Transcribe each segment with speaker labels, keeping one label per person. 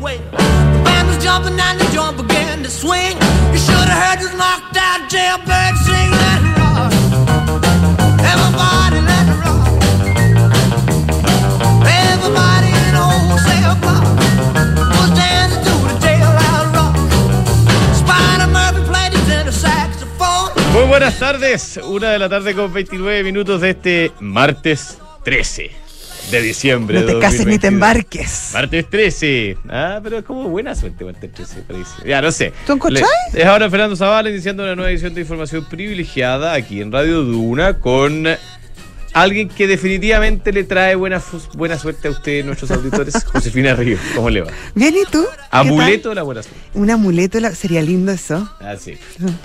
Speaker 1: way. The band was jumping and the joint began to swing. You should have heard this knocked out jailbird sing. Let it rock. Everybody, let it rock. Everybody in the whole cell block was dancing to the jailhouse rock. Spider Murphy played his inner saxophone.
Speaker 2: Muy buenas tardes, una de la tarde con 29 minutos de este martes 13 de diciembre.
Speaker 3: No te
Speaker 2: de
Speaker 3: cases ni te
Speaker 2: 2022.
Speaker 3: embarques.
Speaker 2: Martes 13. Ah, pero es como buena suerte martes 13, parece. Ya, no sé.
Speaker 3: ¿Tú encontrás?
Speaker 2: Le- Es ahora Fernando Zavala iniciando una nueva edición de información privilegiada aquí en Radio Duna con alguien que definitivamente le trae buena, fu- buena suerte a usted, nuestros auditores, Josefina Ríos. ¿Cómo le va?
Speaker 3: Bien, ¿y tú? ¿Qué tal?
Speaker 2: Amuleto de la buena suerte.
Speaker 3: Un amuleto, la- sería lindo eso.
Speaker 2: Ah, sí.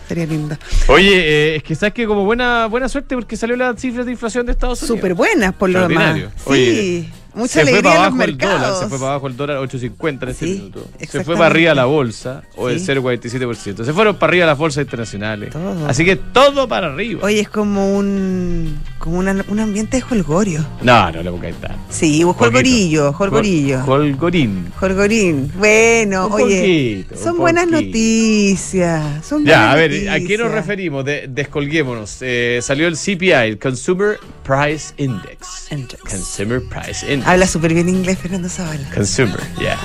Speaker 3: Sería lindo.
Speaker 2: Oye, eh, es que sabes que como buena, buena suerte porque salió la cifra de inflación de Estados Unidos.
Speaker 3: Súper buenas, por lo demás.
Speaker 2: Extraordinario.
Speaker 3: Sí,
Speaker 2: Oye,
Speaker 3: mucha
Speaker 2: se fue
Speaker 3: alegría
Speaker 2: para
Speaker 3: en los
Speaker 2: abajo el dólar,
Speaker 3: mercados.
Speaker 2: se fue para abajo el dólar 8.50 en este
Speaker 3: Sí,
Speaker 2: minuto. Se fue
Speaker 3: exactamente.
Speaker 2: para arriba la bolsa, o el
Speaker 3: Sí.
Speaker 2: 0.47%. Se fueron para arriba las bolsas internacionales.
Speaker 3: Todo.
Speaker 2: Así que todo para arriba.
Speaker 3: Oye, es como un como una- un ambiente de jolgorio.
Speaker 2: No, no le pongáis tanto.
Speaker 3: Sí, un jolgorillo, jolgorillo.
Speaker 2: Holgorín.
Speaker 3: Jolgorín. Bueno,
Speaker 2: Un
Speaker 3: oye,
Speaker 2: poquito,
Speaker 3: son
Speaker 2: un
Speaker 3: buenas
Speaker 2: poquito.
Speaker 3: noticias. Son
Speaker 2: Ya,
Speaker 3: buenas
Speaker 2: a ver, ¿a
Speaker 3: noticias.
Speaker 2: qué nos referimos? De- descolguémonos. Eh, salió el CPI, el Consumer Price Index.
Speaker 3: Index.
Speaker 2: Consumer Price Index.
Speaker 3: Habla súper bien inglés Fernando Zavala.
Speaker 2: Consumer, ya.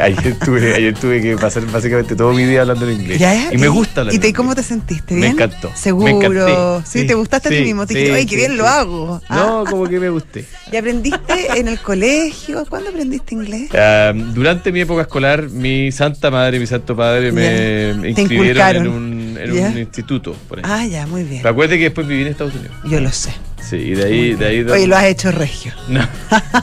Speaker 2: ayer, tuve, ayer tuve que pasar básicamente todo mi día hablando en inglés.
Speaker 3: Ya,
Speaker 2: Y me gusta hablar
Speaker 3: ¿Y
Speaker 2: en
Speaker 3: te,
Speaker 2: inglés.
Speaker 3: cómo te sentiste?
Speaker 2: Me
Speaker 3: ¿Bien?
Speaker 2: encantó, me
Speaker 3: Seguro.
Speaker 2: encanté.
Speaker 3: sí,
Speaker 2: Sí,
Speaker 3: te gustaste a
Speaker 2: sí,
Speaker 3: ti mismo. Te
Speaker 2: sí,
Speaker 3: dijiste, ay, qué
Speaker 2: sí,
Speaker 3: bien
Speaker 2: sí.
Speaker 3: lo hago.
Speaker 2: No,
Speaker 3: Ah,
Speaker 2: como que me gusté.
Speaker 3: ¿Y aprendiste en el colegio? ¿Cuándo aprendiste inglés?
Speaker 2: Um, durante mi época escolar, mi santa madre y mi santo padre me
Speaker 3: Ya. Te
Speaker 2: inscribieron en
Speaker 3: inculcaron.
Speaker 2: un, en
Speaker 3: Ya.
Speaker 2: un instituto. Por ahí.
Speaker 3: Ah, ya, muy bien.
Speaker 2: Pero acuérdate que después viví en Estados Unidos.
Speaker 3: Yo lo sé.
Speaker 2: Sí, y de ahí. De ahí
Speaker 3: Oye, lo has hecho regio.
Speaker 2: No.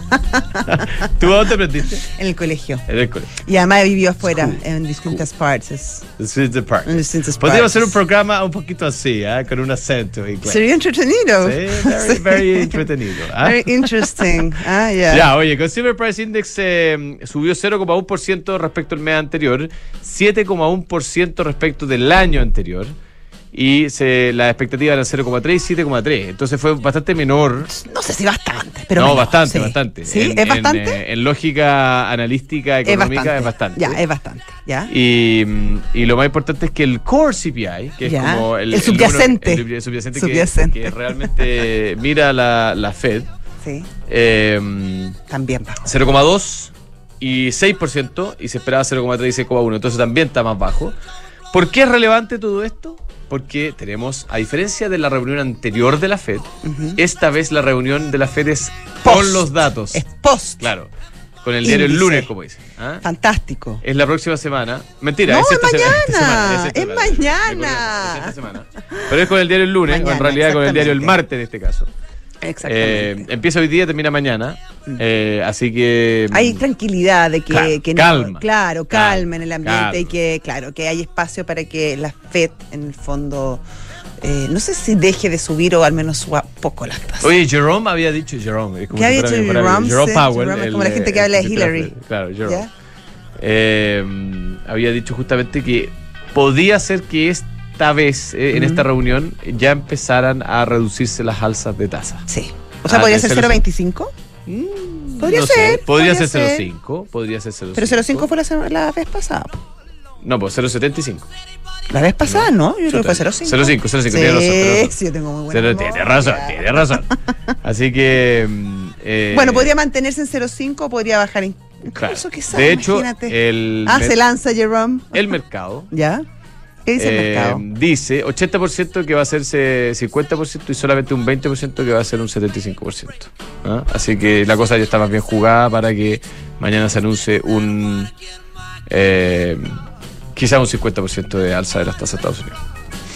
Speaker 2: ¿Tú a dónde aprendiste?
Speaker 3: En el colegio.
Speaker 2: En el colegio.
Speaker 3: Y además vivió afuera,
Speaker 2: School.
Speaker 3: en distintas partes.
Speaker 2: This is the park.
Speaker 3: En distintas
Speaker 2: Podríamos hacer
Speaker 3: partes.
Speaker 2: un programa un poquito así, ¿ah? con un acento en inglés.
Speaker 3: Sería entretenido.
Speaker 2: Sí, very, very entretenido. ¿ah?
Speaker 3: Very interesting. Ah, ya.
Speaker 2: Ya, oye, Consumer Price Index eh, subió 0,1% respecto al mes anterior, 7,1% respecto del año anterior. Y se, la expectativa era 0,3 y 7,3. Entonces fue bastante menor.
Speaker 3: No sé si bastante, pero.
Speaker 2: no,
Speaker 3: menos,
Speaker 2: bastante,
Speaker 3: sí.
Speaker 2: bastante.
Speaker 3: ¿Sí?
Speaker 2: En-
Speaker 3: ¿Es bastante?
Speaker 2: En, eh, en lógica analística,
Speaker 3: es
Speaker 2: económica,
Speaker 3: bastante.
Speaker 2: es bastante.
Speaker 3: Ya, es bastante. Ya.
Speaker 2: Y, mm, y lo más importante es que el core CPI, que es
Speaker 3: Ya.
Speaker 2: como el,
Speaker 3: El subyacente.
Speaker 2: el número- el subyacente, que-
Speaker 3: Subyacente.
Speaker 2: Que, realmente mira la, la Fed,
Speaker 3: Sí,
Speaker 2: eh,
Speaker 3: también bajo.
Speaker 2: 0,2 y 6% y se esperaba 0,3 y 6,1. Entonces también está más bajo. ¿Por qué es relevante todo esto? Porque tenemos, a diferencia de la reunión anterior de la Fed,
Speaker 3: Ujú.
Speaker 2: esta vez la reunión de la Fed es
Speaker 3: Post.
Speaker 2: con los datos.
Speaker 3: Es post.
Speaker 2: Claro. Con el diario el
Speaker 3: Índice.
Speaker 2: lunes, como dice. ¿ah?
Speaker 3: Fantástico.
Speaker 2: Es la próxima semana. Mentira,
Speaker 3: No,
Speaker 2: es
Speaker 3: es
Speaker 2: esta sema- esta
Speaker 3: mañana,
Speaker 2: semana. esta
Speaker 3: es
Speaker 2: semana.
Speaker 3: mañana.
Speaker 2: Me corrijo, es esta semana. Pero es con el diario el lunes, o en
Speaker 3: Mañana,
Speaker 2: realidad con el diario el
Speaker 3: exactamente.
Speaker 2: martes en este caso. Eh,
Speaker 3: em,
Speaker 2: empieza hoy día, termina mañana.
Speaker 3: Mm.
Speaker 2: Eh, así que. mm,
Speaker 3: hay tranquilidad de que,
Speaker 2: Claro,
Speaker 3: que
Speaker 2: calma.
Speaker 3: claro, calma en el ambiente
Speaker 2: Calma.
Speaker 3: y que, claro, que hay espacio para que la FED, en el fondo, eh, no sé si deje de subir o al menos suba poco las tasas.
Speaker 2: Oye, Jerome había dicho Jerome. es como
Speaker 3: ¿Qué
Speaker 2: si
Speaker 3: había
Speaker 2: fuera
Speaker 3: dicho
Speaker 2: mi- fuera mi-
Speaker 3: Jerome?
Speaker 2: Jerome
Speaker 3: Sí,
Speaker 2: Powell.
Speaker 3: Jerome es como la
Speaker 2: el,
Speaker 3: gente que
Speaker 2: eh,
Speaker 3: habla de
Speaker 2: presidente la
Speaker 3: Hillary.
Speaker 2: Fed. Claro, Jerome.
Speaker 3: ¿Ya?
Speaker 2: Eh, había dicho justamente que podía ser que esta vez, eh, en
Speaker 3: Ujú.
Speaker 2: esta reunión, ya empezaran a reducirse las alzas de tasa.
Speaker 3: Sí. O sea,
Speaker 2: Ah,
Speaker 3: podría
Speaker 2: el
Speaker 3: ser
Speaker 2: 0,5.
Speaker 3: 0,25,
Speaker 2: Mm,
Speaker 3: Podría
Speaker 2: no sé,
Speaker 3: ser,
Speaker 2: Podría
Speaker 3: podría
Speaker 2: ser
Speaker 3: ser.
Speaker 2: 0,5. Podría ser 0,5.
Speaker 3: pero 0,5 fue la, sema- la vez pasada. po.
Speaker 2: No, pues 0,75.
Speaker 3: La vez pasada, ¿no? Yo creo que fue 0,5.
Speaker 2: 0,5, 0,5,
Speaker 3: Sí,
Speaker 2: tienes razón, tienes razón.
Speaker 3: pues sí, yo tengo muy buena
Speaker 2: Tiene tiene
Speaker 3: memoria.
Speaker 2: razón, tiene razón. Así que. mm, eh,
Speaker 3: Bueno, podría mantenerse en 0,5, podría bajar en...
Speaker 2: claro.
Speaker 3: incluso quizás,
Speaker 2: De hecho, eh,
Speaker 3: imagínate.
Speaker 2: el,
Speaker 3: Ah,
Speaker 2: mer-
Speaker 3: se lanza Jerome.
Speaker 2: el mercado.
Speaker 3: ¿Ya? ¿Qué dice
Speaker 2: eh,
Speaker 3: el mercado?
Speaker 2: dice 80% que va a hacerse 50% y solamente un 20% que va a ser un 75%. ¿ah? Así que la cosa ya está más bien jugada para que mañana se anuncie un. Eh, quizá un 50% de alza de las tasas de Estados Unidos.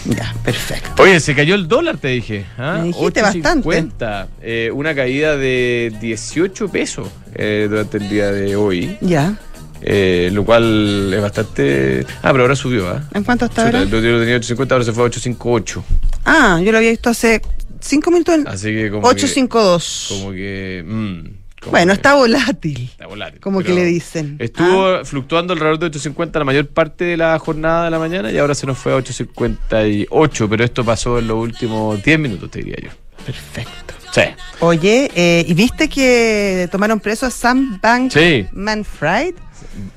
Speaker 3: Ya, perfecto.
Speaker 2: Oye, se cayó el dólar, te dije. ¿ah?
Speaker 3: Me dijiste
Speaker 2: 8.50, eh, una caída de 18 pesos eh, durante el día de hoy,
Speaker 3: Ya.
Speaker 2: eh, lo cual es bastante... Ah, pero ahora subió, ¿ah?
Speaker 3: ¿En cuánto está
Speaker 2: Chuta,
Speaker 3: ahora?
Speaker 2: el dólar tenía 8.50, ahora se fue a 8.58.
Speaker 3: Ah, yo lo había visto hace 5 minutos en
Speaker 2: Así que como que...
Speaker 3: 852.
Speaker 2: Como que... mm, como
Speaker 3: Bueno,
Speaker 2: que-
Speaker 3: está volátil.
Speaker 2: está volátil,
Speaker 3: Como que
Speaker 2: pero
Speaker 3: le dicen. ¿ah?
Speaker 2: Estuvo fluctuando alrededor de 8.50 la mayor parte de la jornada de la mañana y ahora se nos fue a 8.58, pero esto pasó en los últimos 10 minutos, te diría yo.
Speaker 3: Ah, perfecto.
Speaker 2: Sí.
Speaker 3: Oye, eh, ¿y viste que tomaron preso a Sam Bank
Speaker 2: Sí.
Speaker 3: Manfred?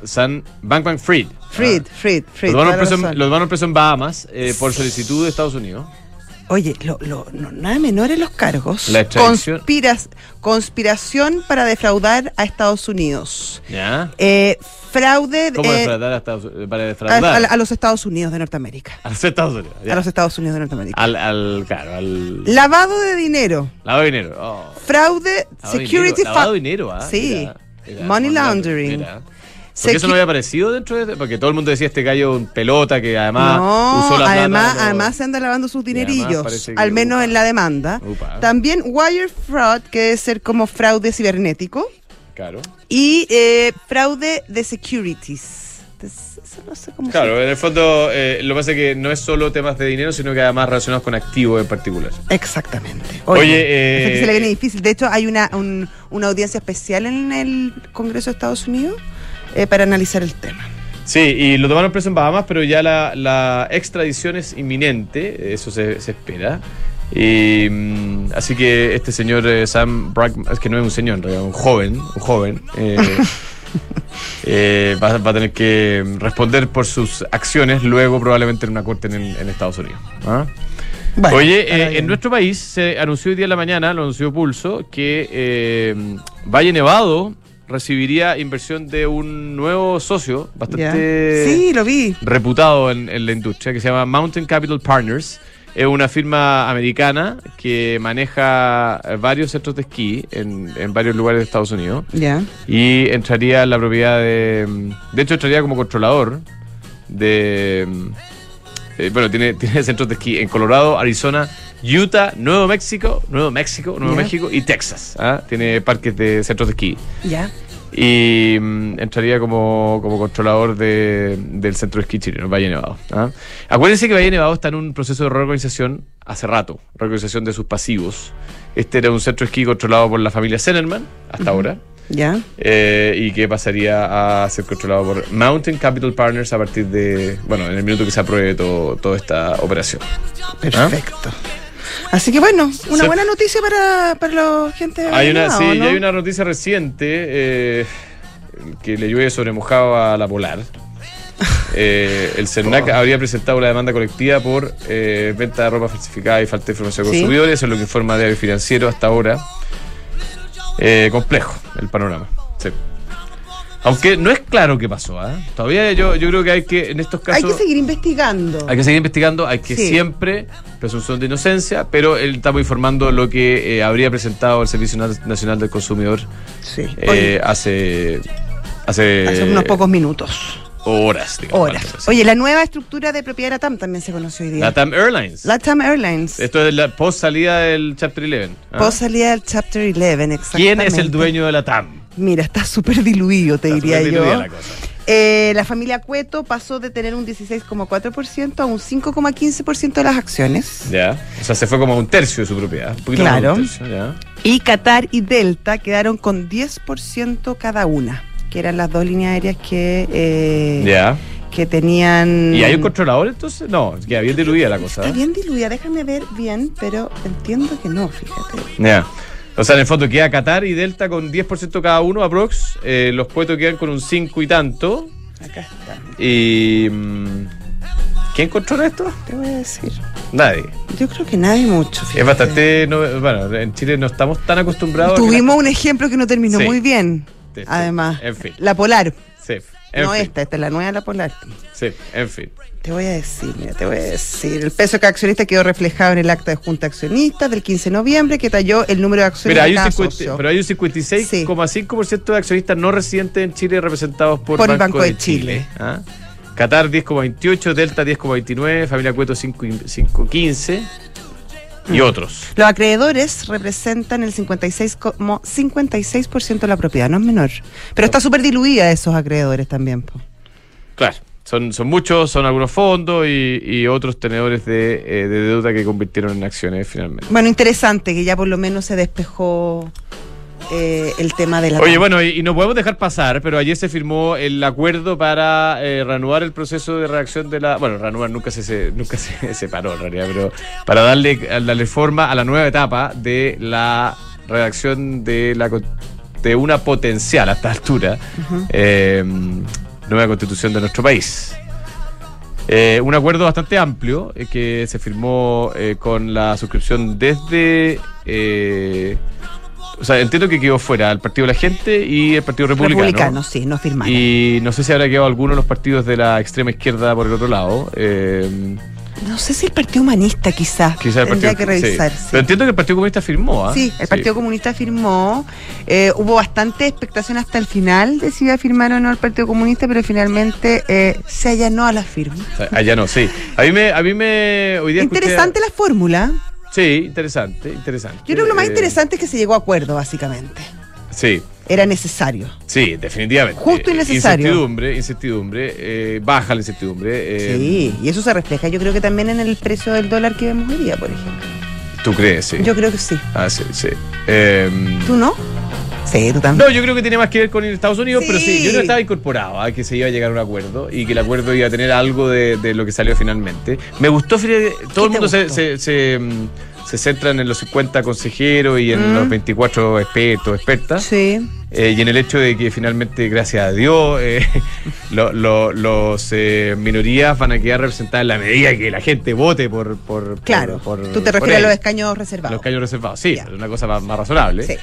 Speaker 2: San Bank Bank Freed.
Speaker 3: Fried,
Speaker 2: Ah.
Speaker 3: Fried, Fried.
Speaker 2: Lo tomaron
Speaker 3: toda la
Speaker 2: preso en-
Speaker 3: razón.
Speaker 2: lo tomaron preso en Bahamas eh, por solicitud de Estados Unidos.
Speaker 3: Oye, lo, lo- no, nada menores los cargos.
Speaker 2: La extradición.
Speaker 3: Conspiras- conspiración para defraudar a Estados Unidos.
Speaker 2: ¿Ya?
Speaker 3: Eh, fraude
Speaker 2: ¿Cómo
Speaker 3: eh,
Speaker 2: defraudar a Estados Unidos? Para
Speaker 3: a,
Speaker 2: defraudar
Speaker 3: a- a los Estados Unidos de Norteamérica.
Speaker 2: a los Estados Unidos. ya. Ah.
Speaker 3: A los Estados Unidos de Norteamérica.
Speaker 2: Al, al, claro, al
Speaker 3: Lavado de dinero.
Speaker 2: lavado de dinero. Oh,
Speaker 3: Fraude,
Speaker 2: lavado de
Speaker 3: security
Speaker 2: dinero, lavado de
Speaker 3: fa-
Speaker 2: dinero, ah,
Speaker 3: Sí.
Speaker 2: mira, mira,
Speaker 3: Money laundering.
Speaker 2: mira. Porque eso no
Speaker 3: Secu-
Speaker 2: había aparecido dentro de... Porque todo el mundo decía este gallo un pelota que además
Speaker 3: No,
Speaker 2: usó la plata
Speaker 3: además,
Speaker 2: de los-
Speaker 3: además se anda lavando sus
Speaker 2: además
Speaker 3: dinerillos,
Speaker 2: parece que-
Speaker 3: al menos en la demanda.
Speaker 2: Upa.
Speaker 3: También wire fraud, que debe ser como fraude cibernético,
Speaker 2: Claro.
Speaker 3: y eh, fraude de securities. Entonces, eso no sé cómo
Speaker 2: Claro, en el fondo eh, lo que pasa es que no es solo temas de dinero, sino que además relacionados con activos en particular.
Speaker 3: se- Exactamente.
Speaker 2: Oye,
Speaker 3: o sea que
Speaker 2: eh,
Speaker 3: se le viene difícil. De hecho, hay una, un- una audiencia especial en el Congreso de Estados Unidos eh, para analizar el tema.
Speaker 2: Sí, y lo tomaron preso en Bahamas, pero ya la, la extradición es inminente, eso se, se espera. Y, mm, así que este señor eh, Sam Brackman, es que no es un señor, en realidad, un joven, un joven, eh, eh, va, va a tener que responder por sus acciones luego probablemente en una corte en, en Estados Unidos. ¿ah?
Speaker 3: Bueno,
Speaker 2: Oye,
Speaker 3: para
Speaker 2: eh,
Speaker 3: bien.
Speaker 2: en nuestro país se anunció hoy día en la mañana, lo anunció Pulso, que eh, Valle Nevado recibiría inversión de un nuevo socio
Speaker 3: Ya.
Speaker 2: bastante
Speaker 3: Sí, lo vi.
Speaker 2: reputado en, en la industria, que se llama Mountain Capital Partners. Es una firma americana que maneja eh, varios centros de esquí en, en varios lugares de Estados Unidos.
Speaker 3: Ya.
Speaker 2: Y entraría en la propiedad de. mm, De hecho, entraría como controlador de. mm, eh, bueno, tiene, tiene centros de esquí en Colorado, Arizona, Utah, Nuevo México, Nuevo México, Nuevo
Speaker 3: Ya.
Speaker 2: México y Texas. ¿ah? Tiene parques de centros de esquí.
Speaker 3: Ya.
Speaker 2: Y mm, entraría como, como controlador de- del centro de esquí chileno, Valle Nevado. ¿ah? Acuérdense que Valle Nevado está en un proceso de reorganización hace rato, reorganización de sus pasivos. Este era un centro de esquí controlado por la familia Zenerman hasta ahora
Speaker 3: Ya.
Speaker 2: eh, y que pasaría a ser controlado por Mountain Capital Partners a partir de, bueno, en el minuto que se apruebe todo- toda esta operación.
Speaker 3: Perfecto. Así que bueno, una
Speaker 2: Se-
Speaker 3: buena noticia para, para la gente. de
Speaker 2: Hay una,
Speaker 3: Vallenado,
Speaker 2: sí,
Speaker 3: ¿no?
Speaker 2: y hay una noticia reciente eh, que le llueve sobre mojado a la Polar. Eh, el CERNAC
Speaker 3: Oh.
Speaker 2: habría presentado una demanda colectiva por eh, venta de ropa falsificada y falta de información de
Speaker 3: Sí.
Speaker 2: consumidores. Eso es lo que informa Diario Financiero hasta ahora. Eh, complejo el panorama. Sí. Aunque no es claro qué pasó. ¿ah? Todavía yo, yo creo que hay que, en estos
Speaker 3: Hay
Speaker 2: casos.
Speaker 3: que seguir investigando.
Speaker 2: Hay que seguir investigando, hay que
Speaker 3: Sí.
Speaker 2: siempre presunción de inocencia, pero él estamos informando lo que eh, habría presentado el Servicio Na- Nacional del Consumidor
Speaker 3: Sí.
Speaker 2: eh,
Speaker 3: Oye,
Speaker 2: hace, hace
Speaker 3: hace unos pocos minutos.
Speaker 2: horas, digamos,
Speaker 3: Horas.
Speaker 2: antes.
Speaker 3: Oye, la nueva estructura de propiedad de LATAM también se conoció hoy día.
Speaker 2: LATAM Airlines.
Speaker 3: LATAM Airlines.
Speaker 2: Esto es la post salida del Chapter 11. ¿ah?
Speaker 3: Vos salía del Chapter 11, exactamente.
Speaker 2: ¿Quién es el dueño de LATAM?
Speaker 3: Mira, está súper diluido, te
Speaker 2: Está
Speaker 3: diría
Speaker 2: súper
Speaker 3: yo.
Speaker 2: diluida la cosa.
Speaker 3: Eh, la familia Cueto pasó de tener un 16,4% a un 5,15% de las acciones.
Speaker 2: Ya. O sea, se fue como a un tercio de su propiedad. Un poquito
Speaker 3: Claro.
Speaker 2: más de un tercio, ya.
Speaker 3: Y Qatar y Delta quedaron con 10% cada una, que eran las dos líneas aéreas que, eh,
Speaker 2: Ya.
Speaker 3: que tenían...
Speaker 2: ¿Y hay un controlador entonces? No, queda bien diluida la cosa.
Speaker 3: Está
Speaker 2: ¿ah?
Speaker 3: bien diluida, déjame ver bien, pero entiendo que no, fíjate.
Speaker 2: Ya. O sea, en el fondo queda Qatar y Delta con 10% cada uno, aprox. Eh, los puetos quedan con un 5 y tanto.
Speaker 3: Acá está,
Speaker 2: Y. mm, ¿Quién controla esto?
Speaker 3: te voy a decir.
Speaker 2: Nadie.
Speaker 3: Yo creo que nadie mucho. fíjate.
Speaker 2: Es bastante. no- bueno, en Chile no estamos tan acostumbrados. a que
Speaker 3: Tuvimos un ejemplo que no terminó
Speaker 2: Sí.
Speaker 3: muy bien,
Speaker 2: Sí, sí.
Speaker 3: además.
Speaker 2: En fin.
Speaker 3: La Polar,
Speaker 2: la- Sí, en
Speaker 3: no este.
Speaker 2: fin,
Speaker 3: esta, esta es la nueva La Polar.
Speaker 2: Sí, en fin.
Speaker 3: Te voy a decir, mira, te voy a decir. El peso que accionista quedó reflejado en el acta de Junta Accionista del 15 de noviembre, que talló el número de acciones
Speaker 2: Mira, hay
Speaker 3: de
Speaker 2: un
Speaker 3: cada
Speaker 2: 50
Speaker 3: socio.
Speaker 2: pero hay un 56,5% de accionistas no residentes en Chile representados por,
Speaker 3: Por el Banco de Chile.
Speaker 2: ¿ah? Qatar 10,28, Delta 10,29, Familia Cueto 5,15
Speaker 3: Mm.
Speaker 2: y otros.
Speaker 3: Los acreedores representan el 56,56% de la propiedad, no es menor. Pero está súper diluida esos acreedores también. po.
Speaker 2: Claro. Son, son muchos, son algunos fondos y, y otros tenedores de, eh, de deuda que convirtieron en acciones finalmente.
Speaker 3: Bueno, interesante que ya por lo menos se despejó eh, el tema de la.
Speaker 2: Oye, bueno, y, y no podemos dejar pasar, pero ayer se firmó el acuerdo para eh, reanudar el proceso de reacción de la. Bueno, reanudar nunca se, se- nunca se separó en realidad, pero para darle, darle forma a la nueva etapa de la redacción de la con- de una potencial a esta altura eh, nueva constitución de nuestro país. Eh, un acuerdo bastante amplio eh, que se firmó eh, con la suscripción desde. eh, o sea, entiendo que quedó fuera el Partido de la Gente y el Partido Republicano.
Speaker 3: republicanos, sí, no firmaron.
Speaker 2: Y no sé si habrá quedado alguno de los partidos de la extrema izquierda por el otro lado. eh,
Speaker 3: No sé si el Partido Humanista, quizás.
Speaker 2: quizá el
Speaker 3: Tendría
Speaker 2: partido,
Speaker 3: que revisar.
Speaker 2: sí.
Speaker 3: sí.
Speaker 2: Pero entiendo que el Partido Comunista firmó, ¿ah?
Speaker 3: Sí, el Partido Comunista firmó. eh, hubo bastante expectación hasta el final de si iba a firmar o no el Partido Comunista, pero finalmente eh, se allanó a la firma.
Speaker 2: O sea, Allá no, sí. A mí me. A mí me hoy día escuché-
Speaker 3: Interesante la fórmula.
Speaker 2: sí, interesante, interesante.
Speaker 3: Yo creo que lo más
Speaker 2: Eh,
Speaker 3: interesante es que se llegó a acuerdo, básicamente.
Speaker 2: Sí.
Speaker 3: Era necesario.
Speaker 2: Sí, definitivamente. Eh,
Speaker 3: Justo y necesario.
Speaker 2: Incertidumbre, incertidumbre, eh, baja la incertidumbre. eh,
Speaker 3: Sí, y eso se refleja yo creo que también en el precio del dólar que vemos hoy día, por ejemplo.
Speaker 2: ¿Tú crees? Sí.
Speaker 3: Yo creo que sí.
Speaker 2: Ah, sí, sí. Eh,
Speaker 3: ¿Tú no? Sí, tú también.
Speaker 2: no, yo creo que tiene más que ver con Estados Unidos,
Speaker 3: Sí.
Speaker 2: pero sí, yo no estaba incorporado a que se iba a llegar a un acuerdo y que el acuerdo iba a tener algo de, de lo que salió finalmente. Me gustó, fíjate, todo el
Speaker 3: te
Speaker 2: mundo se,
Speaker 3: gustó?
Speaker 2: se, se, mm, se centran en los 50 consejeros y en
Speaker 3: Mm.
Speaker 2: los 24 expertos, expertas.
Speaker 3: Sí.
Speaker 2: Eh, y en el hecho de que finalmente, gracias a Dios, eh, lo- lo- los eh, minorías van a quedar representadas en la medida que la gente vote por... por
Speaker 3: Claro.
Speaker 2: por- por-
Speaker 3: tú te
Speaker 2: por
Speaker 3: refieres a los
Speaker 2: él.
Speaker 3: escaños
Speaker 2: A
Speaker 3: reservados.
Speaker 2: los caños reservados, sí,
Speaker 3: Ya.
Speaker 2: una cosa más, más razonable.
Speaker 3: Sí.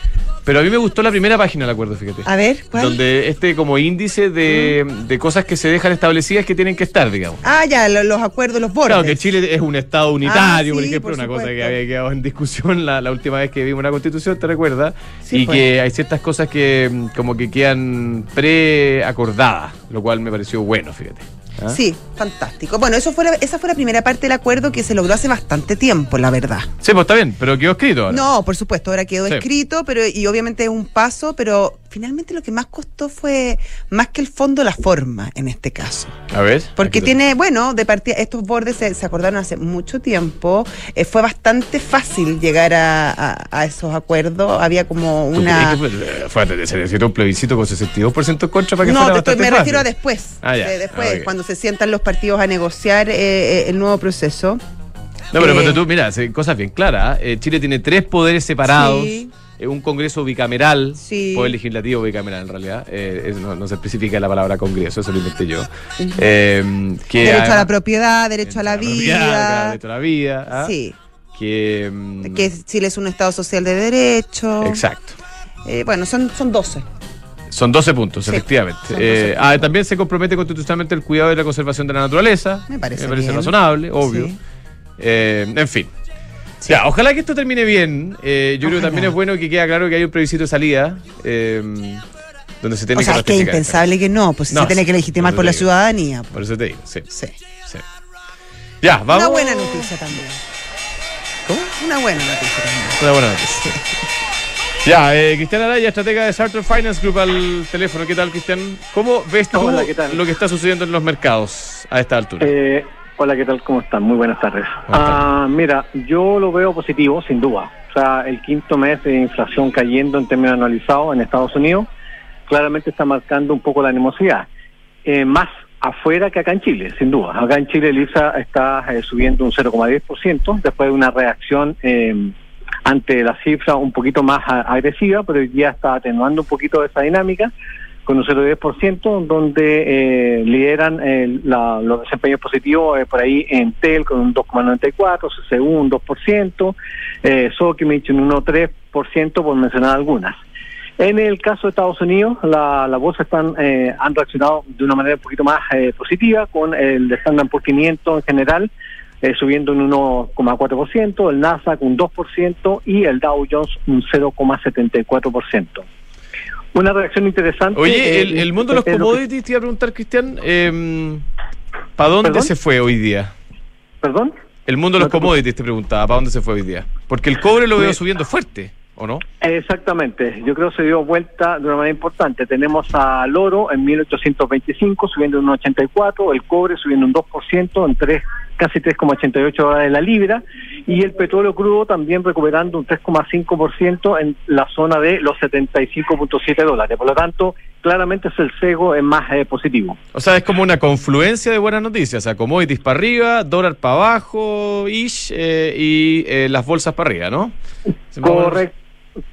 Speaker 2: Pero a mí me gustó la primera página del acuerdo, fíjate.
Speaker 3: A ver, ¿cuál?
Speaker 2: Donde este como índice de, de cosas que se dejan establecidas que tienen que estar, digamos.
Speaker 3: Ah, ya, lo- los acuerdos, los bordes.
Speaker 2: Claro, que Chile es un estado unitario,
Speaker 3: Ah,
Speaker 2: por
Speaker 3: sí,
Speaker 2: ejemplo,
Speaker 3: por
Speaker 2: una cosa que
Speaker 3: supuesto.
Speaker 2: había quedado en discusión la, la última vez que vimos una constitución, ¿te recuerdas?
Speaker 3: Sí,
Speaker 2: y
Speaker 3: pues.
Speaker 2: que hay ciertas cosas que mm, como que quedan preacordadas, lo cual me pareció bueno, fíjate. ¿Ah?
Speaker 3: Sí, fantástico. Bueno, eso fue la- esa fue la primera parte del acuerdo que se logró hace bastante tiempo, la verdad.
Speaker 2: Sí, pues está bien, pero quedó escrito ahora.
Speaker 3: No, por supuesto, ahora quedó
Speaker 2: Sí.
Speaker 3: escrito, pero y obviamente es un paso, pero finalmente lo que más costó fue más que el fondo la forma en este caso.
Speaker 2: A ver. aquí
Speaker 3: Porque
Speaker 2: te-
Speaker 3: tiene, bueno, de partida, estos bordes se, se acordaron hace mucho tiempo, eh, fue bastante fácil llegar a, a- a esos acuerdos, había como
Speaker 2: ¿Tú
Speaker 3: una...
Speaker 2: crees que fue- fue- se necesitó un plebiscito con 62% en contra para que
Speaker 3: No,
Speaker 2: fuera
Speaker 3: te estoy-
Speaker 2: bastante
Speaker 3: me refiero a
Speaker 2: fácil?
Speaker 3: después,
Speaker 2: Ah, ya.
Speaker 3: de- después,
Speaker 2: Ah, ok.
Speaker 3: cuando se sientan los partidos a negociar eh, eh, el nuevo proceso.
Speaker 2: No, pero
Speaker 3: Eh.
Speaker 2: ponte tú, mira, se- cosas bien claras. ¿ah? Eh, Chile tiene tres poderes separados.
Speaker 3: Sí.
Speaker 2: eh, Un Congreso bicameral,
Speaker 3: Sí.
Speaker 2: poder legislativo bicameral en realidad, eh, es- no, no se especifica la palabra Congreso, eso lo inventé yo. Eh, que
Speaker 3: derecho a
Speaker 2: además-
Speaker 3: la propiedad, derecho a la
Speaker 2: propiedad, claro,
Speaker 3: vida.
Speaker 2: Derecho a la vida. ¿ah?
Speaker 3: Sí,
Speaker 2: Que, mm,
Speaker 3: que Chile es un Estado social de derecho.
Speaker 2: Exacto.
Speaker 3: Eh, bueno, son, son 12.
Speaker 2: Son 12 puntos,
Speaker 3: Sí,
Speaker 2: efectivamente.
Speaker 3: son 12
Speaker 2: Eh, ah, también se compromete constitucionalmente el cuidado y la conservación de la naturaleza.
Speaker 3: Me parece
Speaker 2: Me parece
Speaker 3: bien.
Speaker 2: razonable, obvio.
Speaker 3: Sí.
Speaker 2: Eh, en fin.
Speaker 3: Sí.
Speaker 2: Ya, ojalá que esto termine bien. Eh, yo creo que
Speaker 3: Ojalá.
Speaker 2: también es bueno que queda claro que hay un plebiscito de salida. eh, donde se tiene
Speaker 3: O sea, es que es
Speaker 2: ratificar.
Speaker 3: impensable que no, pues si
Speaker 2: No,
Speaker 3: se tiene
Speaker 2: sí,
Speaker 3: que legitimar
Speaker 2: por
Speaker 3: por la
Speaker 2: eso digo.
Speaker 3: ciudadanía. pues,
Speaker 2: Por eso te digo, sí.
Speaker 3: Sí.
Speaker 2: sí. Ya, vamos.
Speaker 3: Una buena noticia también.
Speaker 2: ¿Cómo?
Speaker 3: Una buena noticia también.
Speaker 2: Una buena noticia. Ya, eh, Cristian Araya, estratega de Charter Finance Group al teléfono. ¿Qué tal, Cristian? ¿Cómo ves tú
Speaker 4: Hola, ¿qué tal?
Speaker 2: lo que está sucediendo en los mercados a esta altura?
Speaker 4: Eh, hola, ¿qué tal? ¿Cómo están? Muy buenas tardes.
Speaker 2: Buenas tardes.
Speaker 4: Ah, mira, yo lo veo positivo, sin duda. O sea, el quinto mes de inflación cayendo en términos analizados en Estados Unidos, claramente está marcando un poco la animosidad. Eh, más afuera que acá en Chile, sin duda. Acá en Chile el IPSA está eh, subiendo un 0,10% después de una reacción eh, ante la cifra un poquito más a- agresiva, pero hoy día está atenuando un poquito esa dinámica con un 0,10%, donde eh, lideran eh, la- los desempeños positivos eh, por ahí en TEL con un 2,94%, CCU un 2%, eh, Sokimich un 1,3%, por mencionar algunas. En el caso de Estados Unidos, la- las bolsas están, eh, han reaccionado de una manera un poquito más eh, positiva, con el Standard por 500 en general eh, subiendo un 1,4%, el Nasdaq un 2% y el Dow Jones un 0,74%. Una reacción interesante.
Speaker 2: Oye,
Speaker 4: eh,
Speaker 2: el, el mundo de los
Speaker 4: es lo que-
Speaker 2: commodities, te iba a preguntar, Cristian, ¿para dónde
Speaker 4: ¿Perdón?
Speaker 2: se fue hoy día?
Speaker 4: Perdón.
Speaker 2: El mundo de los
Speaker 4: No te-
Speaker 2: commodities, te preguntaba, ¿para dónde se fue hoy día? Porque el cobre lo veo
Speaker 4: Me-
Speaker 2: subiendo fuerte, ¿o no?
Speaker 4: Exactamente, yo creo que se dio vuelta de una manera importante. Tenemos al oro en 1825 subiendo un 84, el cobre subiendo un 2% en casi 3,88 dólares la libra y el petróleo crudo también recuperando un 3,5% en la zona de los 75,7 dólares. Por lo tanto, claramente es el cego es más eh, positivo.
Speaker 2: O sea, es como una confluencia de buenas noticias. O sea, commodities para arriba, dólar para abajo, ish, eh, y eh, las bolsas para arriba, ¿no?
Speaker 4: Correcto.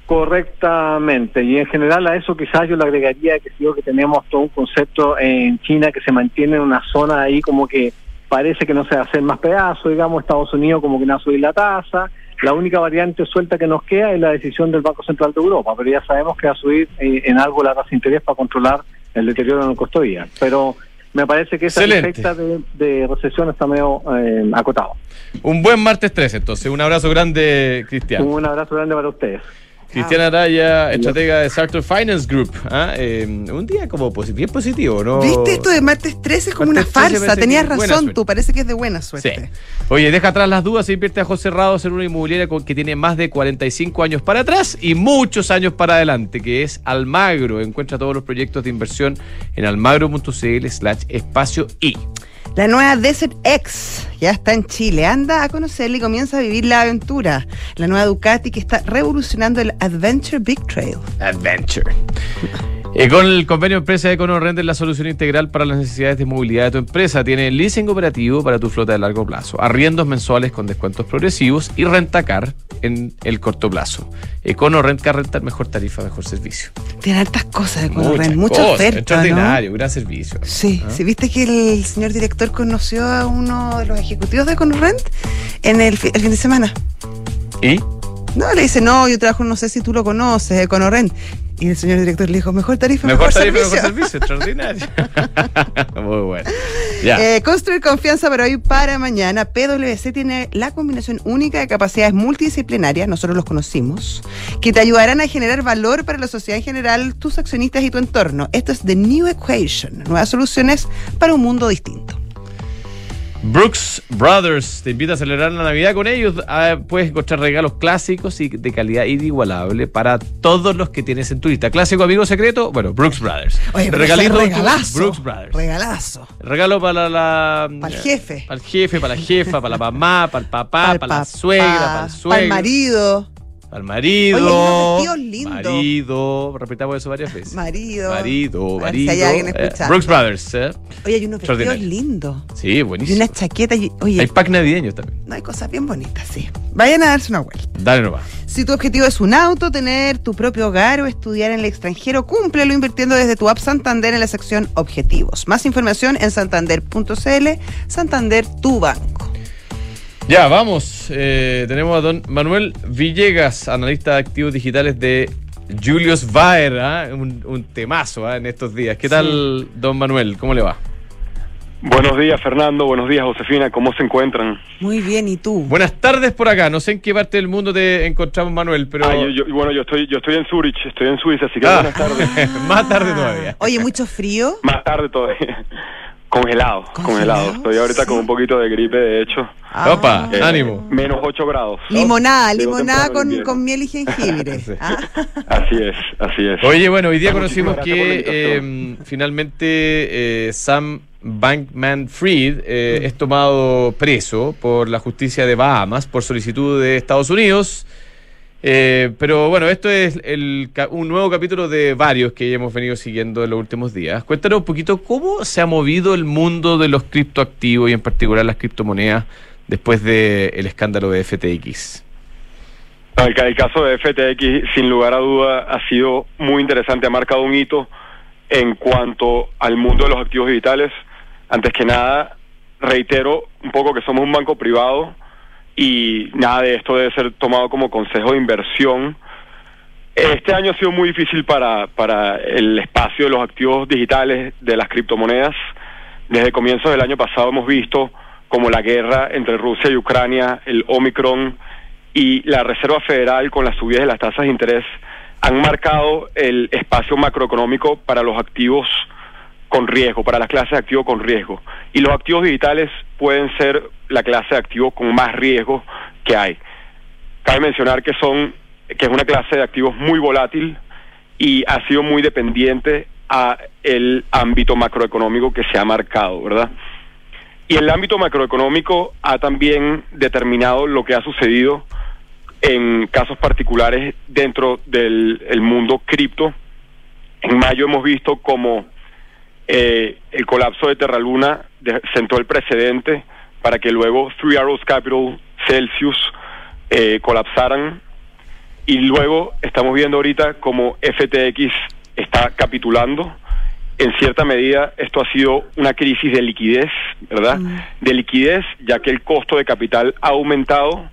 Speaker 4: Correctamente, y en general a eso quizás yo le agregaría que digo que tenemos todo un concepto en China que se mantiene en una zona ahí como que parece que no se va a hacer más pedazos, digamos, Estados Unidos como que no va a subir la tasa, la única variante suelta que nos queda es la decisión del Banco Central de Europa, pero ya sabemos que va a subir eh, en algo la tasa de interés para controlar el deterioro en el costo de vida, pero me parece que esa
Speaker 2: Excelente.
Speaker 4: efecta de, de recesión está medio eh, acotado.
Speaker 2: Un buen martes 3, entonces. Un abrazo grande, Cristian.
Speaker 4: Un abrazo grande para ustedes.
Speaker 2: Cristian Araya, estratega de Sartor Finance Group. Ah, eh, un día como posi- bien positivo, ¿no?
Speaker 3: ¿Viste esto de martes 13 es como
Speaker 2: Oh. Martes
Speaker 3: una
Speaker 2: 13
Speaker 3: farsa?
Speaker 2: parece
Speaker 3: Tenías
Speaker 2: que es buena
Speaker 3: razón
Speaker 2: suerte.
Speaker 3: tú, parece que es de buena
Speaker 2: Sí.
Speaker 3: suerte.
Speaker 2: Oye, deja atrás las dudas e invierte a José Rados en una inmobiliaria con- que tiene más de 45 años para atrás y muchos años para adelante, que es Almagro. Encuentra todos los proyectos de inversión en almagro.cl slash espacio y.
Speaker 3: La nueva Desert X ya está en Chile. Anda a conocerla y comienza a vivir la aventura. La nueva Ducati que está revolucionando el Adventure Big Trail.
Speaker 2: Adventure. Y con el convenio empresa EconoRent es la solución integral para las necesidades de movilidad de tu empresa. Tiene leasing operativo para tu flota de largo plazo, arriendos mensuales con descuentos progresivos y rentacar en el corto plazo. EconoRent que rentar mejor tarifa, mejor servicio.
Speaker 3: Tiene hartas cosas de
Speaker 2: Muchas
Speaker 3: correr, mucha
Speaker 2: cosas,
Speaker 3: oferta. ¿no?
Speaker 2: Extraordinario, gran servicio.
Speaker 3: Sí,
Speaker 2: ¿Ah?
Speaker 3: sí, viste que el señor director conoció a uno de los ejecutivos de Conurrent en el, fi- el fin de semana.
Speaker 2: ¿Y?
Speaker 3: No, le dice, no, yo trabajo, no sé si tú lo conoces, de Conorrent. Y el señor director le dijo, mejor tarifa, mejor,
Speaker 2: Mejor tarifa,
Speaker 3: servicio.
Speaker 2: mejor servicio, extraordinario. Muy bueno. Ya.
Speaker 3: Eh, construir confianza para hoy y para mañana. PwC tiene la combinación única de capacidades multidisciplinarias, nosotros los conocimos, que te ayudarán a generar valor para la sociedad en general, tus accionistas y tu entorno. Esto es The New Equation, nuevas soluciones para un mundo distinto.
Speaker 2: Brooks Brothers te invita a celebrar la Navidad con ellos. Ah, puedes encontrar regalos clásicos y de calidad inigualable para todos los que tienes en tu lista. Clásico amigo secreto, bueno, Brooks Brothers.
Speaker 3: pero
Speaker 2: Regalito
Speaker 3: ese regalazo.
Speaker 2: Brooks Brothers.
Speaker 3: Regalazo.
Speaker 2: Regalo para la.
Speaker 3: Para el jefe.
Speaker 2: Para el jefe, para la jefa, para la mamá, para el papá, para,
Speaker 3: Pa'l
Speaker 2: la
Speaker 3: papá,
Speaker 2: suegra, para el suegro.
Speaker 3: pa'l marido.
Speaker 2: Al marido.
Speaker 3: Oye, hay unos vestidos lindos.
Speaker 2: Marido. Repitamos eso varias veces.
Speaker 3: Marido.
Speaker 2: Marido,
Speaker 3: A ver si
Speaker 2: marido.
Speaker 3: hay alguien
Speaker 2: Eh,
Speaker 3: escuchando.
Speaker 2: Brooks Brothers. eh.
Speaker 3: Oye, hay unos vestidos
Speaker 2: Extraordinario.
Speaker 3: lindos.
Speaker 2: Sí,
Speaker 3: Y
Speaker 2: buenísimo.
Speaker 3: una chaqueta. Y,
Speaker 2: Hay
Speaker 3: oye,
Speaker 2: pack navideño también.
Speaker 3: no hay cosas bien bonitas, sí. Vayan a darse una vuelta.
Speaker 2: Dale nomás.
Speaker 3: Si tu objetivo es un auto, tener tu propio hogar o estudiar en el extranjero, cúmplelo invirtiendo desde tu app Santander en la sección Objetivos. Más información en santander.cl, Santander tu banco.
Speaker 2: Ya, vamos. Eh, tenemos a don Manuel Villegas, analista de activos digitales de Julius Baer, ¿ah? un, un temazo ¿ah? en estos días. ¿Qué tal, don Manuel? ¿Cómo le va?
Speaker 5: Buenos días, Fernando. Buenos días, Josefina. ¿Cómo se encuentran?
Speaker 3: Muy bien, ¿y tú?
Speaker 2: Buenas tardes por acá. No sé en qué parte del mundo te encontramos, Manuel, pero...
Speaker 5: Ah, yo- yo- bueno, yo estoy, yo estoy en Zurich, estoy en Suiza, así que
Speaker 2: Ah.
Speaker 5: buenas tardes.
Speaker 2: Más tarde todavía.
Speaker 3: Ah. Oye, mucho frío.
Speaker 5: Más tarde todavía. Congelado, congelado.
Speaker 3: ¿Congelado?
Speaker 5: Estoy ahorita
Speaker 3: Sí.
Speaker 5: con un poquito de gripe, de hecho.
Speaker 3: ah.
Speaker 2: Opa.
Speaker 5: Eh,
Speaker 2: Ánimo.
Speaker 5: Menos 8 grados.
Speaker 3: Limonada,
Speaker 5: Llegó
Speaker 3: limonada
Speaker 5: temprano el
Speaker 3: con,
Speaker 5: invierno.
Speaker 3: con miel y jengibre.
Speaker 2: Sí.
Speaker 3: Ah.
Speaker 5: Así es, así es.
Speaker 2: Oye, bueno, hoy día
Speaker 5: Ah,
Speaker 2: conocimos
Speaker 5: Muchísimas gracias por la
Speaker 2: que
Speaker 5: invitación.
Speaker 2: eh, finalmente eh, Sam Bankman Fried eh, es tomado preso por la justicia de Bahamas por solicitud de Estados Unidos. Eh, pero bueno, esto es el ca- un nuevo capítulo de varios que hemos venido siguiendo en los últimos días. Cuéntanos un poquito cómo se ha movido el mundo de los criptoactivos y en particular las criptomonedas después del escándalo de FTX.
Speaker 5: No, El, ca- el caso de FTX, sin lugar a duda, ha sido muy interesante, ha marcado un hito en cuanto al mundo de los activos digitales. Antes que nada, reitero un poco que somos un banco privado y nada de esto debe ser tomado como consejo de inversión. Este año ha sido muy difícil para, para el espacio de los activos digitales, de las criptomonedas. Desde comienzos del año pasado hemos visto como la guerra entre Rusia y Ucrania, el Omicron y la Reserva Federal con las subidas de las tasas de interés han marcado el espacio macroeconómico para los activos con riesgo, para las clases de activos con riesgo. Y los activos digitales pueden ser la clase de activos con más riesgo que hay. Cabe mencionar que son que es una clase de activos muy volátil y ha sido muy dependiente a el ámbito macroeconómico que se ha marcado, ¿verdad? Y el ámbito macroeconómico ha también determinado lo que ha sucedido en casos particulares dentro del el mundo cripto. En mayo hemos visto como eh, el colapso de Terra Luna de- sentó el precedente para que luego Three Arrows Capital, Celsius eh, colapsaran y luego estamos viendo ahorita como FTX está capitulando. En cierta medida esto ha sido una crisis de liquidez, ¿verdad? De liquidez, ya que el costo de capital ha aumentado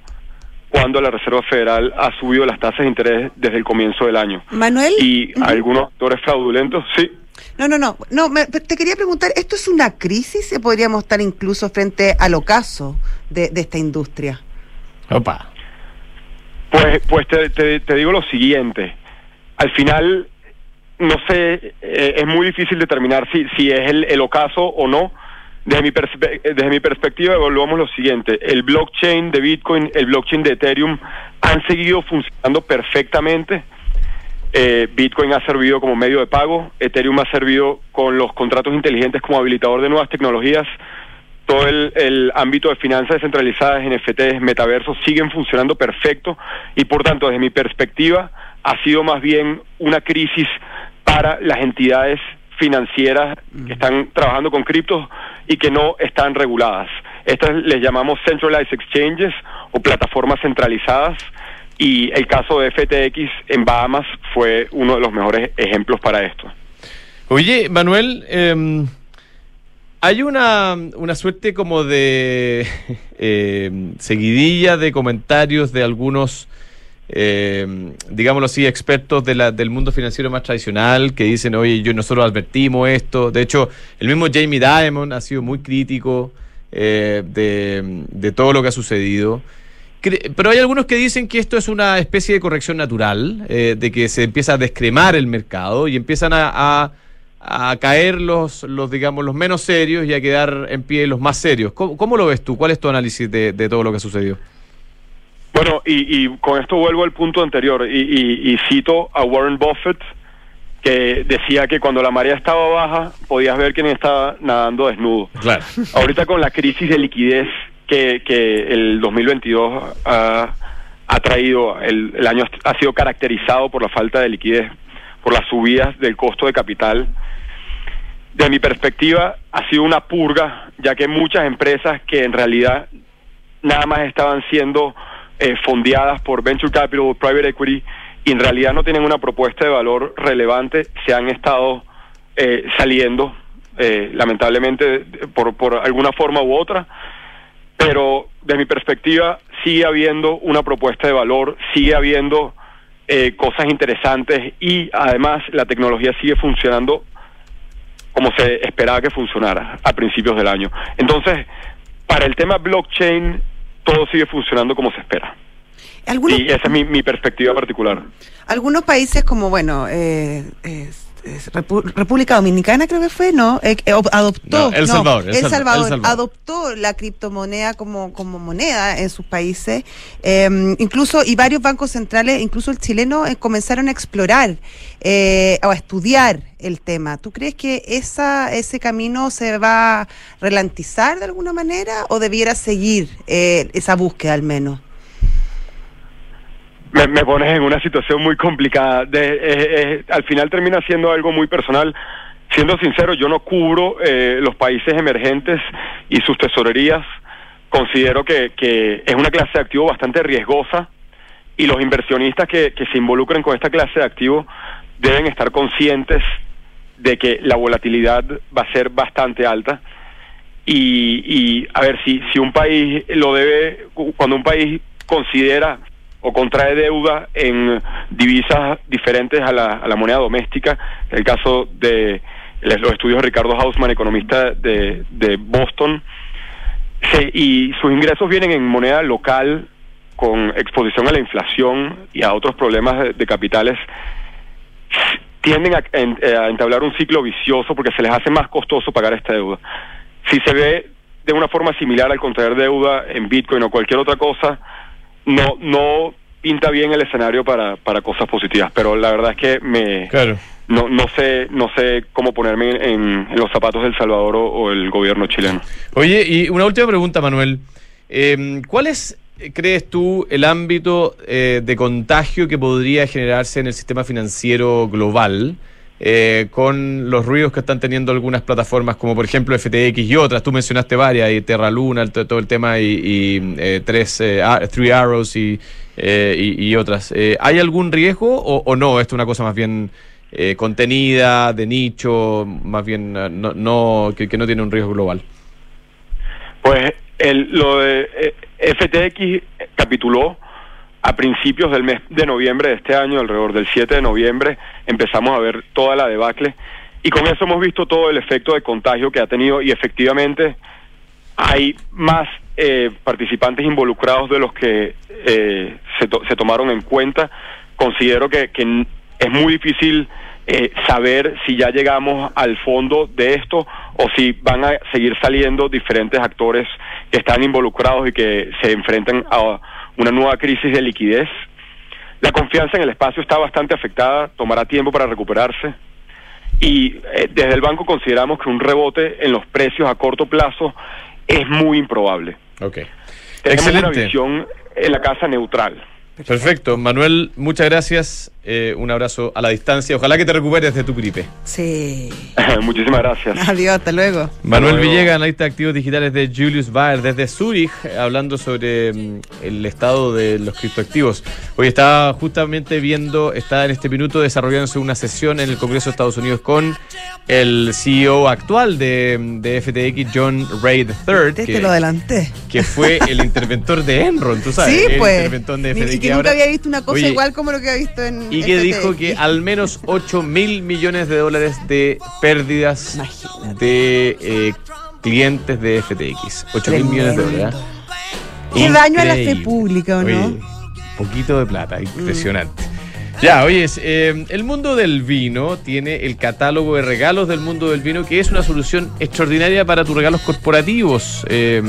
Speaker 5: cuando la Reserva Federal ha subido las tasas de interés desde el comienzo del año.
Speaker 3: Manuel.
Speaker 5: Y
Speaker 3: Ujú.
Speaker 5: algunos actores fraudulentos, sí,
Speaker 3: No, no, no. no me- te quería preguntar, ¿esto es una crisis? ¿Podríamos estar incluso frente al ocaso de, de esta industria?
Speaker 2: Opa.
Speaker 5: Pues, pues te, te- te digo lo siguiente. Al final, no sé, eh, es muy difícil determinar si, si es el, el ocaso o no. Desde mi, perspe- eh, desde mi perspectiva, evaluamos lo siguiente. El blockchain de Bitcoin, el blockchain de Ethereum han seguido funcionando perfectamente. Eh, Bitcoin ha servido como medio de pago, Ethereum ha servido con los contratos inteligentes como habilitador de nuevas tecnologías, todo el, el ámbito de finanzas descentralizadas, NFTs, metaversos, siguen funcionando perfecto y por tanto, desde mi perspectiva, ha sido más bien una crisis para las entidades financieras que están trabajando con criptos y que no están reguladas. Estas les llamamos centralized exchanges o plataformas centralizadas y el caso de FTX en Bahamas fue uno de los mejores ejemplos para esto.
Speaker 2: Oye, Manuel, eh, hay una, una suerte como de eh, seguidilla de comentarios de algunos, eh, digámoslo así, expertos de la- del mundo financiero más tradicional que dicen, oye, yo, nosotros advertimos esto. De hecho, el mismo Jamie Dimon ha sido muy crítico eh, de, de todo lo que ha sucedido. Cre- Pero hay algunos que dicen que esto es una especie de corrección natural, eh, de que se empieza a descremar el mercado y empiezan a, a- a caer los, los, digamos, los menos serios y a quedar en pie los más serios. ¿Cómo, cómo lo ves tú? ¿Cuál es tu análisis de, de todo lo que ha sucedido?
Speaker 5: Bueno, y, y con esto vuelvo al punto anterior y, y- y cito a Warren Buffett que decía que cuando la marea estaba baja podías ver quién estaba nadando desnudo.
Speaker 2: Claro.
Speaker 5: Ahorita con la crisis de liquidez que, que el 2022 ha, ha traído, el, el año ha sido caracterizado por la falta de liquidez, por las subidas del costo de capital. De mi perspectiva, ha sido una purga, ya que muchas empresas que en realidad nada más estaban siendo eh, fondeadas por venture capital o private equity y en realidad no tienen una propuesta de valor relevante, se han estado eh, saliendo, eh, lamentablemente, de- por, por alguna forma u otra. Pero de mi perspectiva, sigue habiendo una propuesta de valor, sigue habiendo eh, cosas interesantes y además la tecnología sigue funcionando como se esperaba que funcionara a principios del año. Entonces, para el tema blockchain, todo sigue funcionando como se espera.
Speaker 3: Algunos,
Speaker 5: Y esa es mi, mi perspectiva particular.
Speaker 3: algunos países como, bueno, eh, es- es Repu- República Dominicana creo que fue, ¿no? Eh, eh, ob- adoptó.
Speaker 2: No, El
Speaker 3: no,
Speaker 2: Salvador, El
Speaker 3: El
Speaker 2: Salvador,
Speaker 3: Salvador,
Speaker 2: El Salvador.
Speaker 3: adoptó la criptomoneda como, como moneda en sus países. Eh, incluso, y varios bancos centrales, incluso el chileno, eh, comenzaron a explorar eh, o a estudiar el tema. ¿Tú crees que esa, ese camino se va a ralentizar de alguna manera o debiera seguir eh, esa búsqueda al menos?
Speaker 5: Me, me pones en una situación muy complicada. De- eh, eh, al final termina siendo algo muy personal. Siendo sincero, yo no cubro eh, los países emergentes y sus tesorerías. Considero que, que es una clase de activo bastante riesgosa y los inversionistas que, que se involucren con esta clase de activo deben estar conscientes de que la volatilidad va a ser bastante alta y, y, a ver si si un país lo debe cu- cuando un país considera o contrae deuda en divisas diferentes a la, a la moneda doméstica el caso de les- los estudios de Ricardo Hausman economista de, de Boston se- y sus ingresos vienen en moneda local con exposición a la inflación y a otros problemas de- de capitales tienden a, en- eh, a entablar un ciclo vicioso porque se les hace más costoso pagar esta deuda. Si se ve de una forma similar al contraer deuda en Bitcoin o cualquier otra cosa, no, no pinta bien el escenario para, para cosas positivas, pero la verdad es que me,
Speaker 2: Claro.
Speaker 5: no, no sé, no sé cómo ponerme en, en los zapatos del Salvador o, o el gobierno chileno.
Speaker 2: Oye, y una última pregunta, Manuel. Eh, ¿Cuál es, eh, crees tú, el ámbito eh, de contagio que podría generarse en el sistema financiero global eh, con los ruidos que están teniendo algunas plataformas, como por ejemplo FTX y otras? Tú mencionaste varias, y Terra Luna, el- todo el tema, y, y, eh, tres, eh, Ar- Three Arrows y, eh, y- y otras. Eh, ¿Hay algún riesgo o, o no? Esto es una cosa más bien... eh, contenida, de nicho, más bien eh, no, no- que- que no tiene un riesgo global.
Speaker 5: Pues el, lo de eh, FTX capituló a principios del mes de noviembre de este año, alrededor del 7 de noviembre, empezamos a ver toda la debacle y con eso hemos visto todo el efecto de contagio que ha tenido y efectivamente hay más eh, participantes involucrados de los que eh, se, to- se tomaron en cuenta. Considero que, que n- es muy difícil eh, saber si ya llegamos al fondo de esto o si van a seguir saliendo diferentes actores que están involucrados y que se enfrentan a una nueva crisis de liquidez. La confianza en el espacio está bastante afectada, tomará tiempo para recuperarse y eh, desde el banco consideramos que un rebote en los precios a corto plazo es muy improbable.
Speaker 2: Ok.
Speaker 5: Tenemos una
Speaker 2: Excelente.
Speaker 5: visión en la casa neutral.
Speaker 2: Perfecto. Manuel, muchas gracias. Eh, un abrazo a la distancia. Ojalá que te recuperes de tu gripe.
Speaker 3: Sí.
Speaker 5: Muchísimas gracias.
Speaker 3: Adiós, hasta luego.
Speaker 2: Manuel
Speaker 5: luego.
Speaker 2: Villegas, analista de activos digitales de Julius Baer desde Zurich, eh, hablando sobre mm, el estado de los criptoactivos. Hoy está justamente viendo, está en este minuto desarrollándose una sesión en el Congreso de Estados Unidos con el CEO actual de, mm, de FTX, John Ray III,
Speaker 3: Te, te
Speaker 2: que-
Speaker 3: Este lo adelanté.
Speaker 2: que fue el interventor de Enron, tú sabes.
Speaker 3: sí,
Speaker 2: el
Speaker 3: pues.
Speaker 2: interventor de
Speaker 3: Ni-
Speaker 2: FTX
Speaker 3: y que nunca
Speaker 2: ahora.
Speaker 3: había visto una cosa
Speaker 2: Oye,
Speaker 3: igual como lo que había visto en.
Speaker 2: Y que
Speaker 3: FTX.
Speaker 2: dijo que al menos 8 mil millones de dólares de pérdidas de eh, clientes de FTX. 8 mil millones de dólares. ¿ah?
Speaker 3: Qué daño a la fe
Speaker 2: Increíble.
Speaker 3: pública, ¿o no?
Speaker 2: Oye, poquito de plata, impresionante. Ya, oye, es, eh, el mundo del vino tiene el catálogo de regalos del mundo del vino, que es una solución extraordinaria para tus regalos corporativos. eh,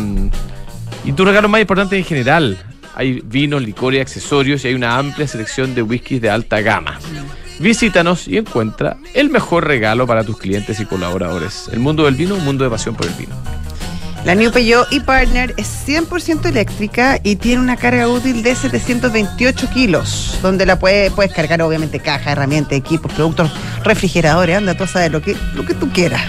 Speaker 2: y tus regalos más importantes en general. Hay vinos, licores, accesorios y hay una amplia selección de whiskies de alta gama. Visítanos y encuentra el mejor regalo para tus clientes y colaboradores. El mundo del vino, un mundo de pasión por el vino.
Speaker 3: La New Peugeot e-Partner es 100% eléctrica y tiene una carga útil de 728 kilos, donde la puede, puedes cargar obviamente caja, herramientas, equipos, productos, refrigeradores, anda, tú sabes lo que, lo que tú quieras.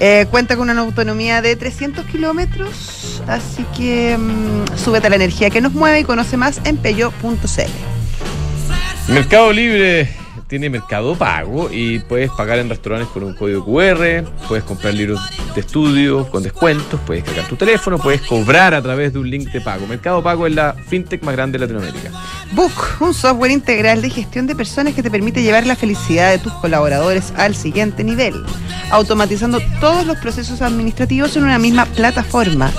Speaker 3: Eh, cuenta con una autonomía de 300 kilómetros, así que mm, súbete a la energía que nos mueve y conoce más en peugeot.cl.
Speaker 2: Mercado Libre tiene mercado pago y puedes pagar en restaurantes con un código QR, puedes comprar libros de estudio con descuentos, puedes cargar tu teléfono, puedes cobrar a través de un link de pago. Mercado Pago es la fintech más grande de Latinoamérica.
Speaker 3: Book, un software integral de gestión de personas que te permite llevar la felicidad de tus colaboradores al siguiente nivel, automatizando todos los procesos administrativos en una misma plataforma.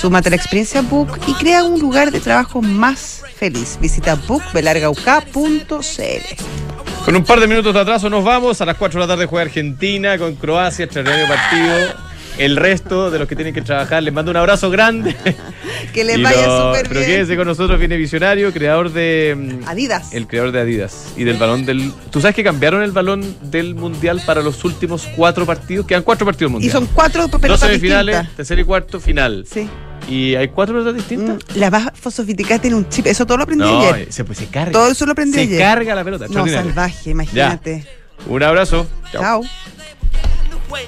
Speaker 3: Súmate a la experiencia Book y crea un lugar de trabajo más feliz. Visita bookbelargauk.cl.
Speaker 2: Con un par de minutos de atraso nos vamos. A las 4 de la tarde juega Argentina con Croacia, extraordinario partido. El resto de los que tienen que trabajar, les mando un abrazo grande.
Speaker 3: Que les
Speaker 2: Y
Speaker 3: vaya
Speaker 2: no-
Speaker 3: súper
Speaker 2: Pero
Speaker 3: bien.
Speaker 2: quédense con nosotros, viene Visionario, creador de... mm,
Speaker 3: Adidas.
Speaker 2: El creador de Adidas y del balón del. ¿Tú sabes que cambiaron el balón del mundial para los últimos cuatro partidos? Quedan cuatro partidos
Speaker 3: y
Speaker 2: mundiales.
Speaker 3: son cuatro
Speaker 2: Dos
Speaker 3: pelotas
Speaker 2: semifinales,
Speaker 3: distintas.
Speaker 2: tercer y cuarto, final.
Speaker 3: Sí.
Speaker 2: ¿Y hay cuatro pelotas distintas?
Speaker 3: Mm, La más sofisticada tiene un chip. Eso todo lo aprendí
Speaker 2: no,
Speaker 3: ayer.
Speaker 2: eh, se, pues, se carga.
Speaker 3: Todo eso lo aprendí
Speaker 2: se
Speaker 3: ayer.
Speaker 2: carga la pelota.
Speaker 3: No,
Speaker 2: extraordinario.
Speaker 3: salvaje, imagínate.
Speaker 2: Un abrazo. Chao.
Speaker 3: Chao.
Speaker 1: Well.